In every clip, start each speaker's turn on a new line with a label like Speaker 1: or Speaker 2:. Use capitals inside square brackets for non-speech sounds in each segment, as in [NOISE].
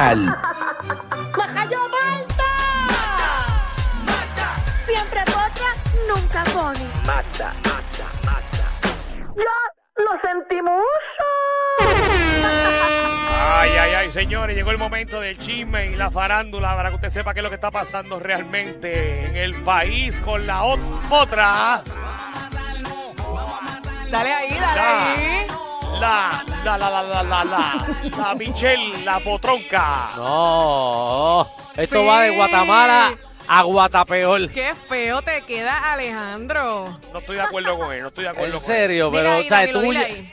Speaker 1: Digital.
Speaker 2: ¡Majayo Malta! Siempre potra, nunca pone. ¡Ya lo sentimos!
Speaker 3: Ay, ay, ay, señores, llegó el momento del chisme y la farándula para que usted sepa qué es lo que está pasando realmente en el país con la ot- otra.
Speaker 4: Dale ahí, dale
Speaker 3: Ya.
Speaker 4: ahí.
Speaker 3: La, la, la, la, la, la, la, la Michelle, la potronca.
Speaker 5: No, esto
Speaker 4: Sí.
Speaker 5: va de Guatemala a Guatapeor.
Speaker 4: Qué feo te queda, Alejandro.
Speaker 3: No estoy de acuerdo con él, no estoy de acuerdo
Speaker 5: En
Speaker 3: con él.
Speaker 5: serio,
Speaker 4: Dile
Speaker 5: pero
Speaker 4: ahí,
Speaker 5: o sea,
Speaker 4: Danilo,
Speaker 5: tú
Speaker 4: dile
Speaker 5: lle-
Speaker 4: ahí.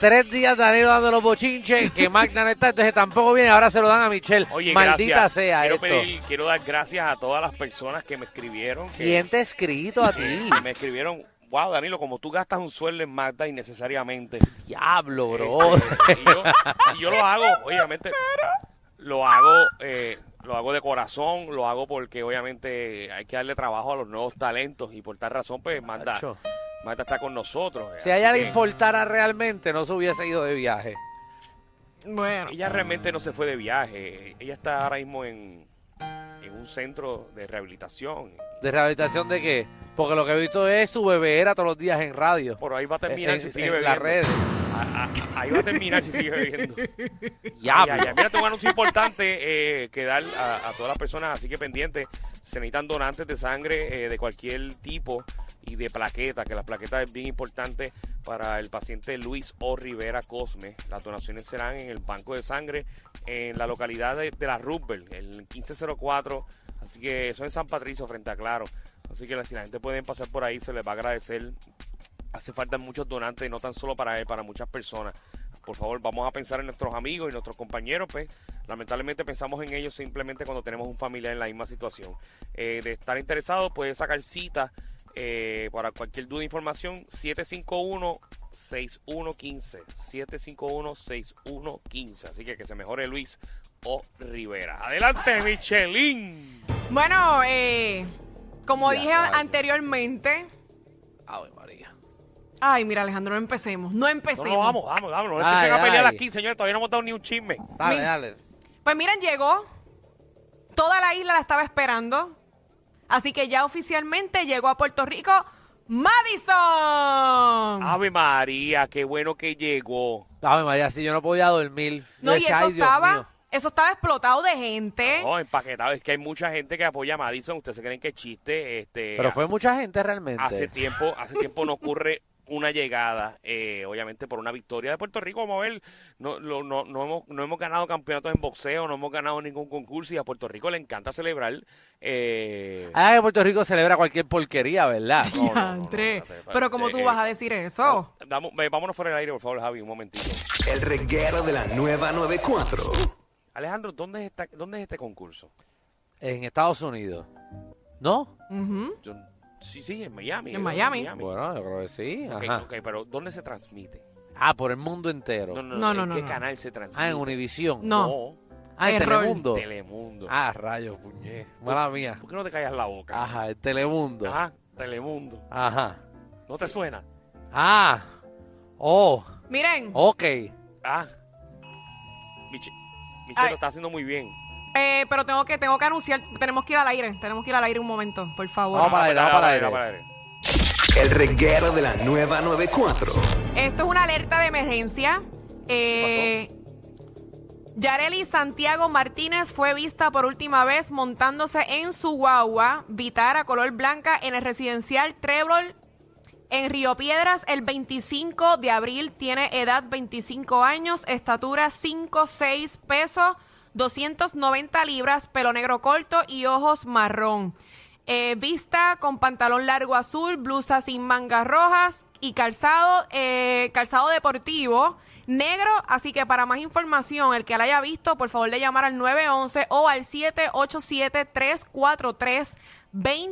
Speaker 5: tres días Danilo dando los bochinches, que Magna no está, entonces tampoco viene, ahora se lo dan a Michelle.
Speaker 3: Oye,
Speaker 5: Maldita
Speaker 3: gracias.
Speaker 5: sea
Speaker 3: quiero
Speaker 5: esto.
Speaker 3: pedir, quiero dar gracias a todas las personas que me escribieron. que-
Speaker 5: ¿Quién te ha escrito
Speaker 3: [LAUGHS]
Speaker 5: a ti?
Speaker 3: me escribieron, wow, Danilo, como tú gastas un sueldo en Magda innecesariamente.
Speaker 5: Diablo, bro.
Speaker 3: Este, y, yo, y yo lo hago, obviamente, lo hago, eh, lo hago de corazón, lo hago porque obviamente hay que darle trabajo a los nuevos talentos y por tal razón, pues, Magda,
Speaker 5: Macho.
Speaker 3: Magda está con nosotros. así
Speaker 5: Si a ella le
Speaker 3: que
Speaker 5: importara realmente, no se hubiese ido de viaje.
Speaker 4: Bueno,
Speaker 3: Ella realmente no se fue de viaje, ella está ahora mismo en, en un centro de rehabilitación.
Speaker 5: ¿De rehabilitación de qué? Porque lo que he visto es su bebeera todos los días en radio.
Speaker 3: Por ahí va a terminar
Speaker 5: Eh, en,
Speaker 3: si sigue
Speaker 5: en
Speaker 3: bebiendo.
Speaker 5: las redes.
Speaker 3: A- a- ahí va a terminar si sigue bebiendo.
Speaker 5: Diablo.
Speaker 3: Ay, ay, ay. Mira, tengo un anuncio importante eh, que dar a, a todas las personas, así que pendiente. Se necesitan donantes de sangre eh, de cualquier tipo y de plaquetas, que las plaquetas es bien importante para el paciente Luis O. Rivera Cosme. Las donaciones serán en el Banco de Sangre en la localidad de, de La Rubel, el 1504. Así que eso en San Patricio, frente a Claro. Así que la- si la gente puede pasar por ahí, se les va a agradecer hace falta muchos donantes, no tan solo para él, para muchas personas. Por favor, vamos a pensar en nuestros amigos y nuestros compañeros, pues lamentablemente pensamos en ellos simplemente cuando tenemos un familiar en la misma situación. Eh, de estar interesado, puede sacar cita eh, para cualquier duda e información, 751 6115 751-6115. Así que que se mejore Luis o Rivera. Adelante, Michelin.
Speaker 4: bueno eh, como
Speaker 5: Ya,
Speaker 4: dije
Speaker 5: rayos.
Speaker 4: anteriormente.
Speaker 5: Ave María.
Speaker 4: Ay, mira, Alejandro, no empecemos. No
Speaker 3: No,
Speaker 4: empecemos.
Speaker 3: no, vamos, vamos, vamos. No
Speaker 5: Ay,
Speaker 3: empiecen a pelear
Speaker 5: ay.
Speaker 3: aquí, señores. Todavía no hemos dado ni un chisme.
Speaker 5: Dale,
Speaker 4: Mi-
Speaker 5: dale.
Speaker 4: Pues miren, llegó. Toda la isla la estaba esperando. Así que ya oficialmente llegó a Puerto Rico Madison.
Speaker 3: Ave María, qué bueno que llegó.
Speaker 5: Ave María, si yo no podía dormir.
Speaker 4: no,
Speaker 5: Yo
Speaker 4: y
Speaker 5: decía,
Speaker 4: eso
Speaker 5: "Ay, Dios mío".
Speaker 4: estaba, eso estaba explotado de gente.
Speaker 3: No, Oh, empaquetado. Es que hay mucha gente que apoya a Madison. Ustedes se creen que es chiste. Este,
Speaker 5: Pero fue
Speaker 3: a-
Speaker 5: mucha gente realmente.
Speaker 3: hace tiempo, hace tiempo no ocurre una llegada, eh, obviamente por una victoria de Puerto Rico. Vamos a ver, no, lo- no, no, hemos, no hemos ganado campeonatos en boxeo, no hemos ganado ningún concurso y a Puerto Rico le encanta celebrar. eh, Oh,
Speaker 5: Ah, que Puerto Rico celebra cualquier porquería, ¿verdad?
Speaker 3: no, no, no, no,
Speaker 4: André,
Speaker 3: espérate, espérate,
Speaker 4: pero como
Speaker 3: eh,
Speaker 4: tú
Speaker 3: eh,
Speaker 4: vas a oh. decir eso.
Speaker 3: damos- eh, vámonos fuera del aire, por favor, Javi, un momentito.
Speaker 6: El reguero de la nueva 94.
Speaker 3: Alejandro, ¿dónde es, esta- ¿dónde es este concurso?
Speaker 5: En Estados Unidos. ¿No?
Speaker 4: Ujú.
Speaker 3: Yo- sí, sí, en Miami.
Speaker 4: En
Speaker 3: eh,
Speaker 4: Miami.
Speaker 5: Bueno, yo creo que sí.
Speaker 3: Ok,
Speaker 5: ajá.
Speaker 3: ok, pero ¿dónde se transmite?
Speaker 5: Ah, por el mundo entero.
Speaker 3: No, no,
Speaker 4: No,
Speaker 3: no.
Speaker 4: no,
Speaker 3: ¿En
Speaker 4: no,
Speaker 3: qué
Speaker 4: no.
Speaker 3: canal se transmite?
Speaker 5: Ah, en Univisión.
Speaker 4: No.
Speaker 5: Ah, en
Speaker 4: Error.
Speaker 5: Telemundo.
Speaker 3: Telemundo.
Speaker 5: Ah, rayos, puñet. Mala mía.
Speaker 3: ¿Por qué no te callas la boca?
Speaker 5: Ajá, el Telemundo.
Speaker 3: Ajá, Telemundo.
Speaker 5: Ajá.
Speaker 3: ¿No te suena?
Speaker 5: Ah. Oh,
Speaker 4: Miren,
Speaker 5: ok.
Speaker 3: Ah. Mich- Michelle
Speaker 4: Ay.
Speaker 3: lo está haciendo muy bien.
Speaker 4: eh, pero tengo que, tengo que anunciar, tenemos que ir al aire, tenemos que ir al aire un momento, por favor.
Speaker 5: Vamos para
Speaker 3: Ah,
Speaker 5: aire, vamos para aire.
Speaker 3: para aire.
Speaker 6: El reguero de la nueva 94.
Speaker 4: Esto es una alerta de emergencia. Eh, Yareli Santiago Martínez fue vista por última vez montándose en su guagua Vitara color blanca en el residencial Trébol en Río Piedras el 25 de abril. Tiene edad 25 años, estatura 5,6 pesos, 290 libras, pelo negro corto y ojos marrón. Eh, vista con pantalón largo azul, blusa sin mangas rojas y calzado, eh, calzado deportivo negro. Así que para más información, el que la haya visto, por favor de llamar al 911 o al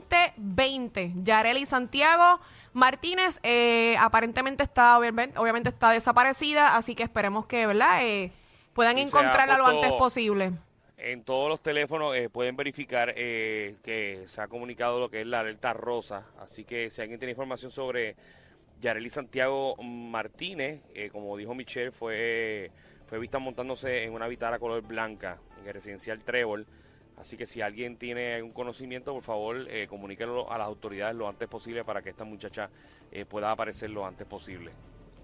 Speaker 4: 787-343-2020. Yareli Santiago Martínez eh, aparentemente está, obviamente, obviamente está desaparecida, así que esperemos que, ¿verdad? Eh, puedan
Speaker 3: Sí, se ha
Speaker 4: encontrarla lo
Speaker 3: puesto-
Speaker 4: antes posible.
Speaker 3: En todos los teléfonos eh, pueden verificar eh, que se ha comunicado lo que es la alerta rosa. Así que si alguien tiene información sobre Yareli Santiago Martínez, eh, como dijo Michelle, fue, fue vista montándose en una vitara color blanca en el residencial Trébol. Así que si alguien tiene algún conocimiento, por favor, eh, comuníquelo a las autoridades lo antes posible para que esta muchacha eh, pueda aparecer lo antes posible.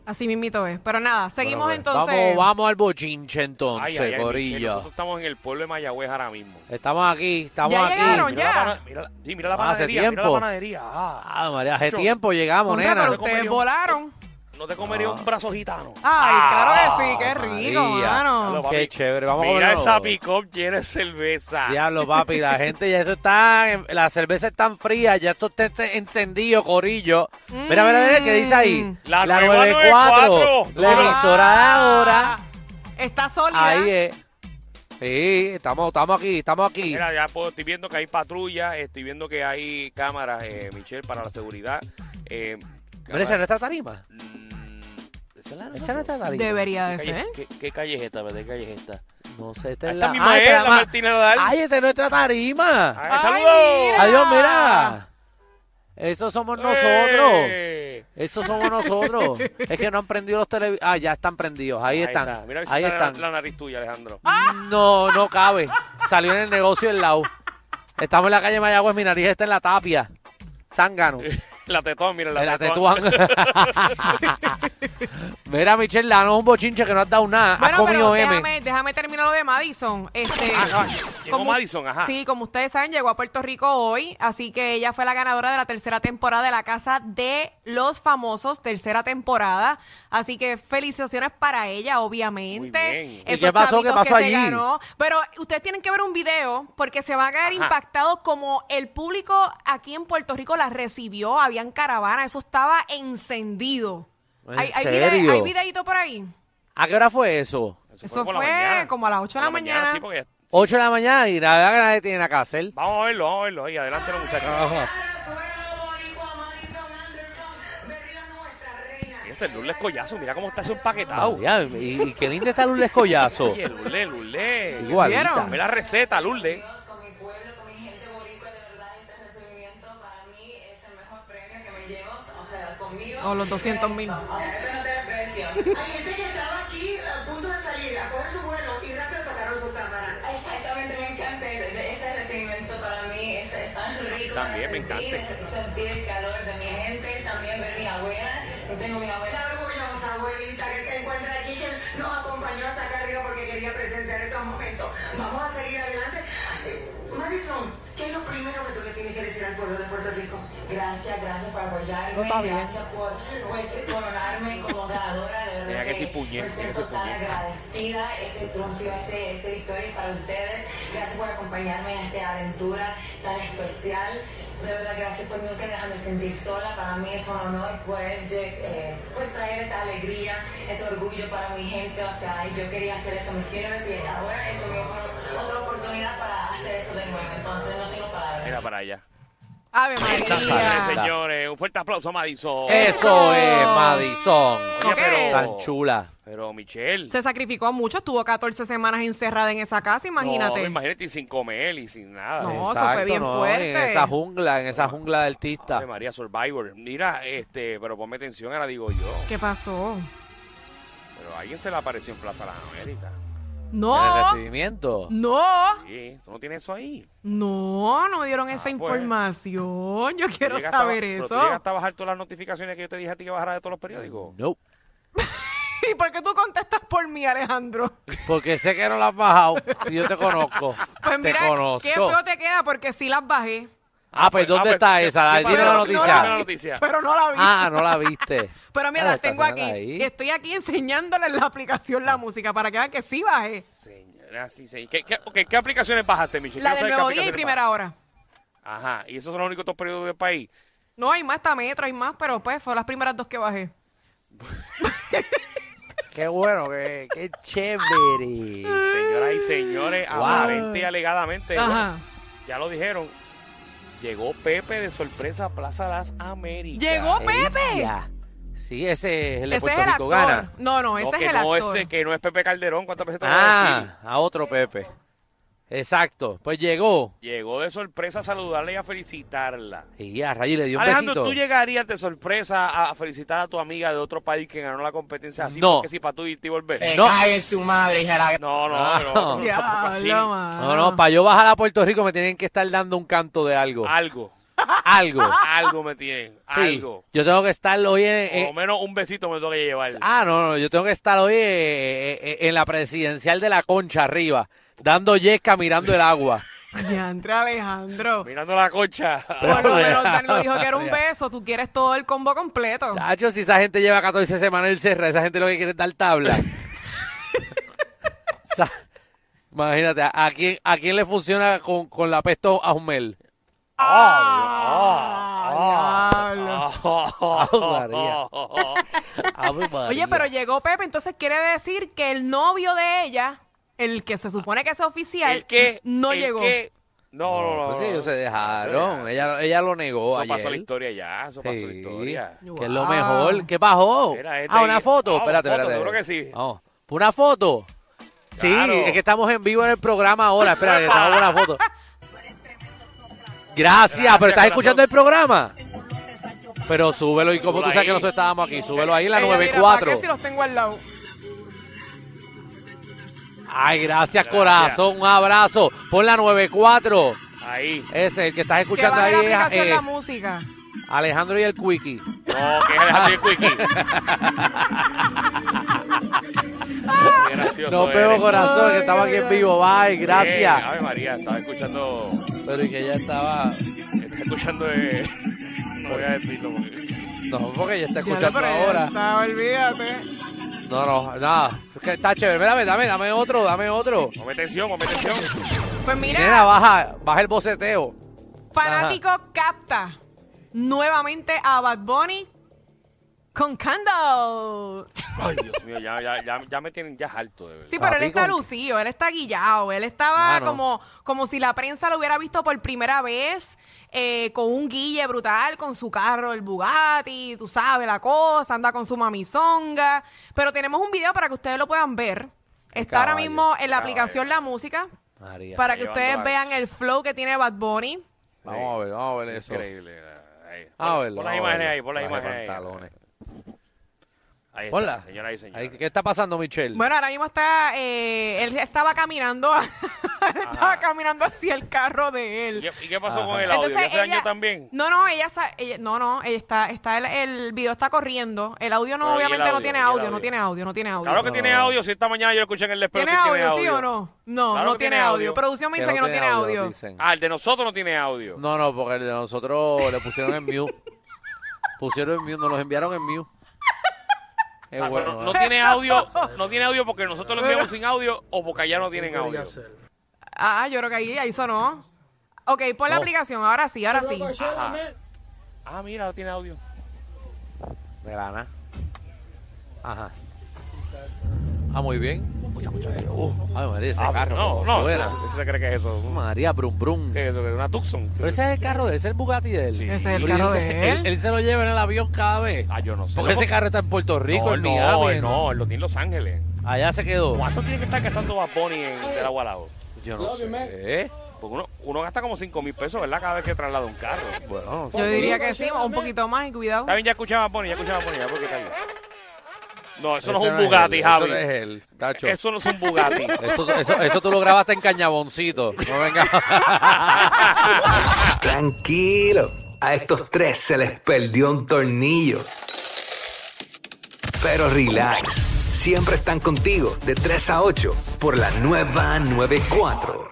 Speaker 4: Así mismito es. Pero nada, seguimos
Speaker 5: Bueno, pues,
Speaker 4: entonces.
Speaker 5: Vamos, vamos al bochinche
Speaker 3: Ay,
Speaker 5: entonces,
Speaker 3: ay, ay, Michelle,
Speaker 5: Corillo.
Speaker 3: nosotros estamos en el pueblo de Mayagüez ahora mismo.
Speaker 5: Estamos aquí, estamos
Speaker 4: Ya
Speaker 5: aquí.
Speaker 4: llegaron,
Speaker 3: Mira la
Speaker 4: ya.
Speaker 3: pana- mira la- sí, mira la
Speaker 5: Ah, hace
Speaker 3: panadería, mira la
Speaker 5: tiempo.
Speaker 3: panadería. Ah,
Speaker 5: Ah, María, hace
Speaker 3: Yo-
Speaker 5: tiempo llegamos,
Speaker 4: Contra,
Speaker 5: nena.
Speaker 4: pero
Speaker 3: Yo Ah,
Speaker 4: ustedes
Speaker 3: comería un-
Speaker 4: volaron.
Speaker 3: no te comería
Speaker 5: Ah.
Speaker 3: un brazo gitano.
Speaker 4: Ay, claro que sí, qué rico,
Speaker 5: María.
Speaker 4: mano.
Speaker 3: Claro,
Speaker 5: Qué
Speaker 3: papi.
Speaker 5: chévere, vamos a
Speaker 3: Mira
Speaker 5: comerlo.
Speaker 3: esa pick-up llena de cerveza.
Speaker 5: Diablo, papi,
Speaker 3: [LAUGHS]
Speaker 5: la gente ya esto está, en- la cerveza está fría, ya esto está este- encendido, corillo. Mira, mira, mira, ¿qué dice ahí?
Speaker 3: La nueva 94.
Speaker 5: la emisora de ahora.
Speaker 4: Ah, Está sólida.
Speaker 5: Ahí es. Sí, estamos, estamos aquí, estamos aquí.
Speaker 3: Mira, ya puedo- estoy viendo que hay patrullas, estoy viendo que hay cámaras, eh, Michelle, para la seguridad. Eh,
Speaker 5: Mira, esa es nuestra tarima.
Speaker 3: Mm, ¿esa es la de
Speaker 5: Esa
Speaker 3: nosotros?
Speaker 5: es nuestra tarima.
Speaker 4: Debería
Speaker 3: ¿Qué
Speaker 4: de
Speaker 3: calle-
Speaker 4: ser.
Speaker 3: ¿Qué, qué calle es esta? ¿Verdad? ¿Qué calle es esta?
Speaker 5: No sé, esta es
Speaker 3: Esta
Speaker 5: la...
Speaker 3: misma
Speaker 5: Ay,
Speaker 3: es,
Speaker 5: esta
Speaker 3: la
Speaker 5: ma-
Speaker 3: Martina Nadal.
Speaker 5: Ay, esta es nuestra tarima.
Speaker 3: Ay,
Speaker 4: Ay,
Speaker 3: ¡Saludos!
Speaker 4: mira.
Speaker 5: Adiós, mira. Eso somos nosotros.
Speaker 3: ¡Eh!
Speaker 5: Eso
Speaker 3: [LAUGHS]
Speaker 5: somos nosotros. es que no han prendido los televisores. Ah, ya están prendidos. Ahí, están.
Speaker 3: está. Mira a ver si
Speaker 5: Ahí
Speaker 3: sale la-
Speaker 5: están.
Speaker 3: La, nariz tuya, Alejandro. [LAUGHS]
Speaker 4: ¡Ah!
Speaker 5: No, no cabe. Salió en el negocio del lado. Estamos en la calle Mayagüez, mi nariz está en la tapia. Zángano.
Speaker 3: La tetón, mira [LAUGHS] la,
Speaker 5: Me la
Speaker 3: tetón.
Speaker 5: tetúan.
Speaker 3: [LAUGHS]
Speaker 5: Mira, Michelle, danos un bochinche que no has dado nada.
Speaker 4: Bueno,
Speaker 5: has comido
Speaker 4: pero
Speaker 5: M.
Speaker 4: déjame, déjame terminar lo de Madison. Este,
Speaker 3: Ah, no, llegó Madison, ajá.
Speaker 4: Sí, como ustedes saben, llegó a Puerto Rico hoy, así que ella fue la ganadora de la tercera temporada de la Casa de los Famosos, tercera temporada. Así que felicitaciones para ella, obviamente.
Speaker 3: Muy bien.
Speaker 5: ¿Y
Speaker 4: Esos
Speaker 5: qué pasó?
Speaker 4: chavitos
Speaker 5: ¿Qué pasó
Speaker 4: que se
Speaker 5: allí?
Speaker 4: ganó. Pero ustedes tienen que ver un video porque se van a quedar
Speaker 3: Ajá.
Speaker 4: impactados como el público aquí en Puerto Rico la recibió, habían caravana, eso estaba encendido.
Speaker 5: ¿En
Speaker 4: hay, hay
Speaker 5: serio?
Speaker 4: hay videíto por ahí.
Speaker 5: ¿A qué hora fue eso?
Speaker 4: Eso
Speaker 3: por la
Speaker 4: fue
Speaker 3: mañana.
Speaker 4: como a las ocho
Speaker 3: Por
Speaker 4: de la mañana.
Speaker 3: sí, porque ya-
Speaker 5: 8 de la mañana y la verdad que nadie tiene nada que hacer.
Speaker 3: Vamos a verlo, vamos a verlo. Ahí, adelante los muchachos. Ese Lurles Collazo, mira cómo está eso empaquetado.
Speaker 5: María, y, y qué lindo está
Speaker 3: [LAUGHS]
Speaker 5: Lourdes Collazo.
Speaker 3: Oye, Lurle, Lurle.
Speaker 5: Igualita.
Speaker 4: ¿Vieron?
Speaker 3: Dame la receta, Lurle.
Speaker 1: con mi pueblo, con mi gente boricua, de verdad, este recibimiento para mí es el mejor premio que me llevo, o sea, conmigo.
Speaker 4: O los 200 mil.
Speaker 1: O sea, esto no tiene precio.
Speaker 7: Hay gente que estaba aquí a punto de salir, a coger su vuelo y rápido sacaron su cámara.
Speaker 1: Exactamente, me encanta de- de- ese recibimiento para mí, es, es tan rico. para
Speaker 3: También me
Speaker 1: sentir,
Speaker 3: encanta.
Speaker 1: Sentir el calor de mi gente, también ver mi abuela, yo tengo mi abuela.
Speaker 7: La orgullosa abuelita que se encuentra aquí, que nos acompañó hasta acá arriba porque quería presenciar estos momentos. Vamos a seguir adelante. Eh, Madison, ¿qué es lo primero que tú le tienes que decir al pueblo de Puerto Rico?
Speaker 1: Gracias, gracias por apoyarme, gracias por pues, coronarme como ganadora, de pues, verdad
Speaker 3: Mira que sí, puñe,
Speaker 1: me
Speaker 3: mira que
Speaker 1: siento
Speaker 3: sí,
Speaker 1: tan
Speaker 3: puñe.
Speaker 1: agradecida, este triunfo, este, este victoria es para ustedes, gracias por acompañarme en esta aventura tan especial, de verdad gracias por nunca dejarme sentir sola, para mí es un honor poder yo, eh, pues, traer esta alegría, este orgullo para mi gente, o sea, yo quería hacer eso, mis Universe y ahora esto me dio otra- otra oportunidad para hacer eso de nuevo, entonces no tengo palabras.
Speaker 3: Mira para allá.
Speaker 4: Ave
Speaker 3: Señores,
Speaker 4: María.
Speaker 3: señores, un fuerte aplauso a Madison.
Speaker 5: Eso es, Madison.
Speaker 3: Oye, pero-
Speaker 5: Tan chula.
Speaker 3: Pero Michelle.
Speaker 4: Se sacrificó mucho, estuvo 14 semanas encerrada en esa casa,
Speaker 3: No,
Speaker 4: imagínate.
Speaker 3: imagínate, y sin comer y sin nada.
Speaker 4: No, eso fue bien fuerte.
Speaker 5: En esa jungla, en esa jungla de artista.
Speaker 3: Ave María Survivor. Mira, este, pero ponme atención, ahora digo yo.
Speaker 4: ¿Qué pasó?
Speaker 3: Pero alguien se le apareció en Plaza de las Américas.
Speaker 5: En el
Speaker 4: No,
Speaker 5: recibimiento.
Speaker 4: no,
Speaker 3: Sí, tú no tienes eso ahí.
Speaker 4: no, no dieron esa
Speaker 3: pues.
Speaker 4: información. Yo
Speaker 3: Tú
Speaker 4: quiero
Speaker 3: llegaste a ba-
Speaker 4: saber
Speaker 3: pero tú
Speaker 4: eso.
Speaker 3: llegaste a bajar todas las notificaciones que yo te dije a ti que bajara de todos los periódicos.
Speaker 5: No.
Speaker 4: [LAUGHS] ¿Y por qué tú contestas por mí,
Speaker 3: [LAUGHS]
Speaker 4: Alejandro?
Speaker 5: Porque sé que no la has bajado. Si yo te conozco.
Speaker 4: Pues
Speaker 5: te
Speaker 4: mira, qué
Speaker 5: conozco.
Speaker 4: feo te queda porque sí las bajé.
Speaker 5: Ah, pues ¿dónde
Speaker 3: Ah,
Speaker 5: está
Speaker 3: ¿qué-
Speaker 5: esa?
Speaker 3: qué
Speaker 5: Dime
Speaker 3: pasó?
Speaker 5: la
Speaker 3: No,
Speaker 5: noticia.
Speaker 3: dime la noticia.
Speaker 4: Pero no la vi.
Speaker 5: Ah, no la viste.
Speaker 4: Pero mira,
Speaker 5: Ah,
Speaker 4: las
Speaker 5: está
Speaker 4: tengo aquí.
Speaker 5: señalada ahí.
Speaker 4: Y estoy aquí enseñándoles la aplicación
Speaker 3: Ah.
Speaker 4: la música para que vean que sí bajé.
Speaker 3: Señora, sí, sí. ¿Qué, qué, ok, ¿qué aplicaciones bajaste, Michelle?
Speaker 4: La
Speaker 3: Quiero saber
Speaker 4: del
Speaker 3: qué
Speaker 4: nuevo día y
Speaker 3: aplicaciones
Speaker 4: primera hora.
Speaker 3: bajaste. Ajá, y esos son los únicos dos periódicos del país.
Speaker 4: No, hay más, está metro, hay más, pero pues fueron las primeras dos que bajé.
Speaker 5: Qué bueno, qué, qué chévere.
Speaker 3: Señoras y señores,
Speaker 5: Wow.
Speaker 3: aparente y alegadamente, Eh,
Speaker 4: Ajá.
Speaker 3: bueno, ya lo dijeron, llegó Pepe de sorpresa a Plaza Las Américas.
Speaker 4: Llegó Pepe.
Speaker 5: Ya. Sí, ese es el de
Speaker 4: Ese es
Speaker 5: Puerto
Speaker 4: el
Speaker 5: Rico
Speaker 4: actor.
Speaker 5: gana.
Speaker 4: No, no, ese
Speaker 3: que
Speaker 4: es el
Speaker 3: no
Speaker 4: actor. Ah.
Speaker 3: ese- que no es Pepe Calderón, ¿cuántas veces te lo voy a decir?
Speaker 5: Ah, a otro Pepe. Exacto. Pues llegó.
Speaker 3: Llegó de sorpresa a saludarla y a felicitarla.
Speaker 5: Y a Rayi le dio un
Speaker 3: Alejandro,
Speaker 5: besito.
Speaker 3: ¿tú llegarías de sorpresa a felicitar a tu amiga de otro país que ganó la competencia así?
Speaker 5: No.
Speaker 3: Porque si para tú irte y volver.
Speaker 4: Eh,
Speaker 5: No.
Speaker 8: en su madre, hija de la-
Speaker 3: No, no,
Speaker 5: Ah.
Speaker 3: pero no,
Speaker 4: Diablo,
Speaker 3: tampoco así.
Speaker 4: mano.
Speaker 5: No, no, para yo bajar a Puerto Rico me tienen que estar dando un canto de algo.
Speaker 3: Algo,
Speaker 5: Algo.
Speaker 3: algo me tienen,
Speaker 5: Sí.
Speaker 3: [LAUGHS] algo. Oh,
Speaker 5: Yo tengo que estar hoy en...
Speaker 3: Por lo
Speaker 5: en-
Speaker 3: menos un besito me tengo que llevar.
Speaker 5: ah, no, no, yo tengo que estar hoy eh, eh, eh, en la presidencial de la concha arriba, dando yesca mirando
Speaker 3: [LAUGHS]
Speaker 5: el agua.
Speaker 4: Diantre, Alejandro.
Speaker 3: Mirando la concha.
Speaker 5: [LAUGHS]
Speaker 4: Por lo
Speaker 5: Pero-
Speaker 4: menos Danilo dijo que era un
Speaker 5: Mira.
Speaker 4: beso. Tú quieres todo el combo completo.
Speaker 5: Chacho, si esa gente lleva 14 semanas en Cerra, esa gente lo que quiere es dar tabla.
Speaker 3: [LAUGHS]
Speaker 5: O sea, imagínate, ¿a a quién, ¿a quién le funciona con, con la pesto a Humel?
Speaker 4: Ah, diablo.
Speaker 3: Oh,
Speaker 5: María. Ave María.
Speaker 4: Oye, pero llegó Pepe, entonces quiere decir que el novio de ella, el que se supone que es oficial,
Speaker 3: El que
Speaker 4: no
Speaker 3: el
Speaker 4: llegó.
Speaker 3: que- no, no, no.
Speaker 5: Pues sí,
Speaker 3: no,
Speaker 5: ellos se
Speaker 3: no.
Speaker 5: dejaron.
Speaker 3: Eso
Speaker 5: Ella, ella lo negó
Speaker 3: Oh, pasó
Speaker 5: ayer.
Speaker 3: la historia ya, eso pasó la
Speaker 5: Sí,
Speaker 3: historia.
Speaker 5: Que es lo
Speaker 4: Wow.
Speaker 5: mejor. ¿Qué bajó?
Speaker 3: Era este
Speaker 5: Ah, una
Speaker 3: ahí.
Speaker 5: foto.
Speaker 3: Vamos,
Speaker 5: espérate,
Speaker 3: foto,
Speaker 5: espérate.
Speaker 3: seguro que sí.
Speaker 5: Vamos. ¿Una foto? Sí,
Speaker 3: Claro.
Speaker 5: es que estamos en vivo en el programa ahora. Espérate, que estamos con la foto. Gracias, pero estás
Speaker 3: corazón.
Speaker 5: escuchando el programa. Pero súbelo y como tú
Speaker 3: Súbelo
Speaker 5: sabes
Speaker 3: ahí.
Speaker 5: que nosotros estábamos aquí, súbelo ahí en la
Speaker 4: Ella dirá, ¿para
Speaker 5: 94.
Speaker 4: qué si los tengo al lado?
Speaker 5: Ay, gracias, corazón, un abrazo. Pon la 94.
Speaker 3: Ahí.
Speaker 5: Ese, el que estás
Speaker 4: Que
Speaker 5: escuchando
Speaker 4: baje
Speaker 5: ahí
Speaker 4: la
Speaker 5: es
Speaker 4: aplicación
Speaker 5: eh,
Speaker 4: la música.
Speaker 5: Alejandro y el Quickie.
Speaker 3: No, que es
Speaker 5: [LAUGHS]
Speaker 3: Alejandro y Quickie. Qué gracioso
Speaker 5: Nos vemos,
Speaker 3: eres.
Speaker 5: corazón, que
Speaker 4: Ay,
Speaker 5: estamos
Speaker 4: ay,
Speaker 5: aquí en
Speaker 4: ay.
Speaker 5: vivo. Bye,
Speaker 3: Eh,
Speaker 5: gracias.
Speaker 3: Ave María, estaba escuchando.
Speaker 5: Pero y que ya estaba.
Speaker 3: Está escuchando. eh, [LAUGHS] no voy a decirlo porque.
Speaker 5: No, porque ya está
Speaker 4: Diablo,
Speaker 5: escuchando
Speaker 4: pero ya
Speaker 5: ahora.
Speaker 4: está, olvídate.
Speaker 5: No, no, nada. Es que está chévere. Mira, dame, dame otro, dame otro.
Speaker 3: Ponme tensión, ponme tensión.
Speaker 4: Pues mira,
Speaker 5: Mira, baja, baja el boceteo.
Speaker 4: fanático capta nuevamente a Bad Bunny con Candle.
Speaker 3: Ay, Dios mío, ya, ya, ya, ya me tienen ya alto, de verdad.
Speaker 4: Sí, pero él
Speaker 5: Papi,
Speaker 4: está
Speaker 5: con-
Speaker 4: lucido, él está guillado, él estaba
Speaker 5: Mano.
Speaker 4: como, como si la prensa lo hubiera visto por primera vez, eh, con un guille brutal, con su carro, el Bugatti, tú sabes la cosa, anda con su mamizonga. Pero tenemos un video para que ustedes lo puedan ver. Está ahora
Speaker 5: caballo,
Speaker 4: mismo en la
Speaker 3: caballo.
Speaker 4: aplicación La Música,
Speaker 5: María.
Speaker 4: para que
Speaker 3: llevando
Speaker 4: ustedes
Speaker 3: la-
Speaker 4: vean el flow que tiene Bad Bunny.
Speaker 5: Vamos a ver, vamos a ver eso.
Speaker 3: Increíble. Ahí. Pon,
Speaker 5: Vamos a verlo.
Speaker 3: pon las
Speaker 5: vamos a
Speaker 3: imágenes
Speaker 5: verlo.
Speaker 3: ahí, pon las
Speaker 5: Baje
Speaker 3: imágenes ahí.
Speaker 5: pantalones.
Speaker 3: Ahí está,
Speaker 5: Ponla.
Speaker 3: señora y señora.
Speaker 5: Ahí, ¿Qué está pasando, Michelle?
Speaker 4: Bueno, ahora mismo está, eh, él estaba caminando, [LAUGHS] estaba caminando hacia el carro de él.
Speaker 3: ¿Y qué- ¿Y qué pasó
Speaker 5: Ajá.
Speaker 3: con el audio? ¿Ese daño también?
Speaker 4: No, no, ella, sa- ella- no, no, ella está, está el, el video está corriendo. El audio no,
Speaker 3: Pero, ¿y el
Speaker 4: obviamente no
Speaker 3: audio?
Speaker 4: tiene
Speaker 3: ¿Y el
Speaker 4: audio,
Speaker 3: audio?
Speaker 4: no tiene audio, no tiene audio.
Speaker 3: Claro que tiene audio, si esta mañana yo lo escuché en el despegue.
Speaker 4: ¿Tiene, audio, sí o no? No,
Speaker 3: Claro
Speaker 4: no
Speaker 3: que
Speaker 4: tiene,
Speaker 3: tiene
Speaker 4: audio.
Speaker 3: audio.
Speaker 4: Producción me dice que no tiene audio.
Speaker 5: dicen.
Speaker 3: Ah, el de nosotros no tiene audio. Ah,
Speaker 5: No, no, porque el de nosotros le pusieron
Speaker 3: [LAUGHS]
Speaker 5: en mute. pusieron en mute, nos los enviaron en mute. Es
Speaker 3: Ah,
Speaker 5: bueno.
Speaker 3: no,
Speaker 5: ¿eh?
Speaker 3: no tiene audio, no tiene audio porque nosotros lo enviamos sin audio o porque allá no tienen audio.
Speaker 4: Ah, yo creo que ahí, ahí sonó. Ok, pon la
Speaker 5: No.
Speaker 4: aplicación, ahora sí, ahora sí.
Speaker 3: Ajá. Ah, mira, no tiene audio.
Speaker 5: De lana. Ajá. Ah, muy bien. Ay, María, ese
Speaker 3: Ah,
Speaker 5: carro.
Speaker 3: no,
Speaker 5: como
Speaker 3: no,
Speaker 5: suena.
Speaker 3: no, ¿Se cree que es eso?
Speaker 5: María, brum, brum.
Speaker 3: ¿Qué es eso? ¿Una Tucson?
Speaker 5: Pero ese es el carro de él, ese es el Bugatti de él.
Speaker 3: Sí.
Speaker 4: Ese es el
Speaker 5: Pero
Speaker 4: carro
Speaker 5: él-
Speaker 4: de él.
Speaker 5: Él, se lo lleva en el avión cada vez.
Speaker 3: Ah, yo no sé.
Speaker 5: Porque ese carro está en Puerto Rico,
Speaker 3: no,
Speaker 5: en
Speaker 3: no,
Speaker 5: Miami. en-
Speaker 3: No, lo tiene en Los Ángeles.
Speaker 5: Allá se quedó.
Speaker 3: ¿Cuánto tiene que estar gastando Bad Bunny en del agua al lado?
Speaker 5: Yo no sé. ¿Eh?
Speaker 3: Porque uno, uno gasta como 5 mil pesos, ¿verdad? Cada vez que traslada un carro.
Speaker 5: Bueno,
Speaker 4: Yo diría que sí, un poquito más y cuidado.
Speaker 3: Está bien, ya escuchaba Bad Bunny, ya escuchaba Bad Bunny, ya puedo quitarlo. No, eso no
Speaker 5: ese
Speaker 3: es un Bugatti,
Speaker 5: él,
Speaker 3: Javi.
Speaker 5: Eso no es él, tacho.
Speaker 3: Eso no es un Bugatti.
Speaker 5: [LAUGHS] Eso, eso, eso tú lo grabaste en Cañaboncito. No venga.
Speaker 3: [LAUGHS]
Speaker 6: Ah, Tranquilo, a estos tres se les perdió un tornillo. Pero relax, siempre están contigo de 3 a 8 por la nueva 94.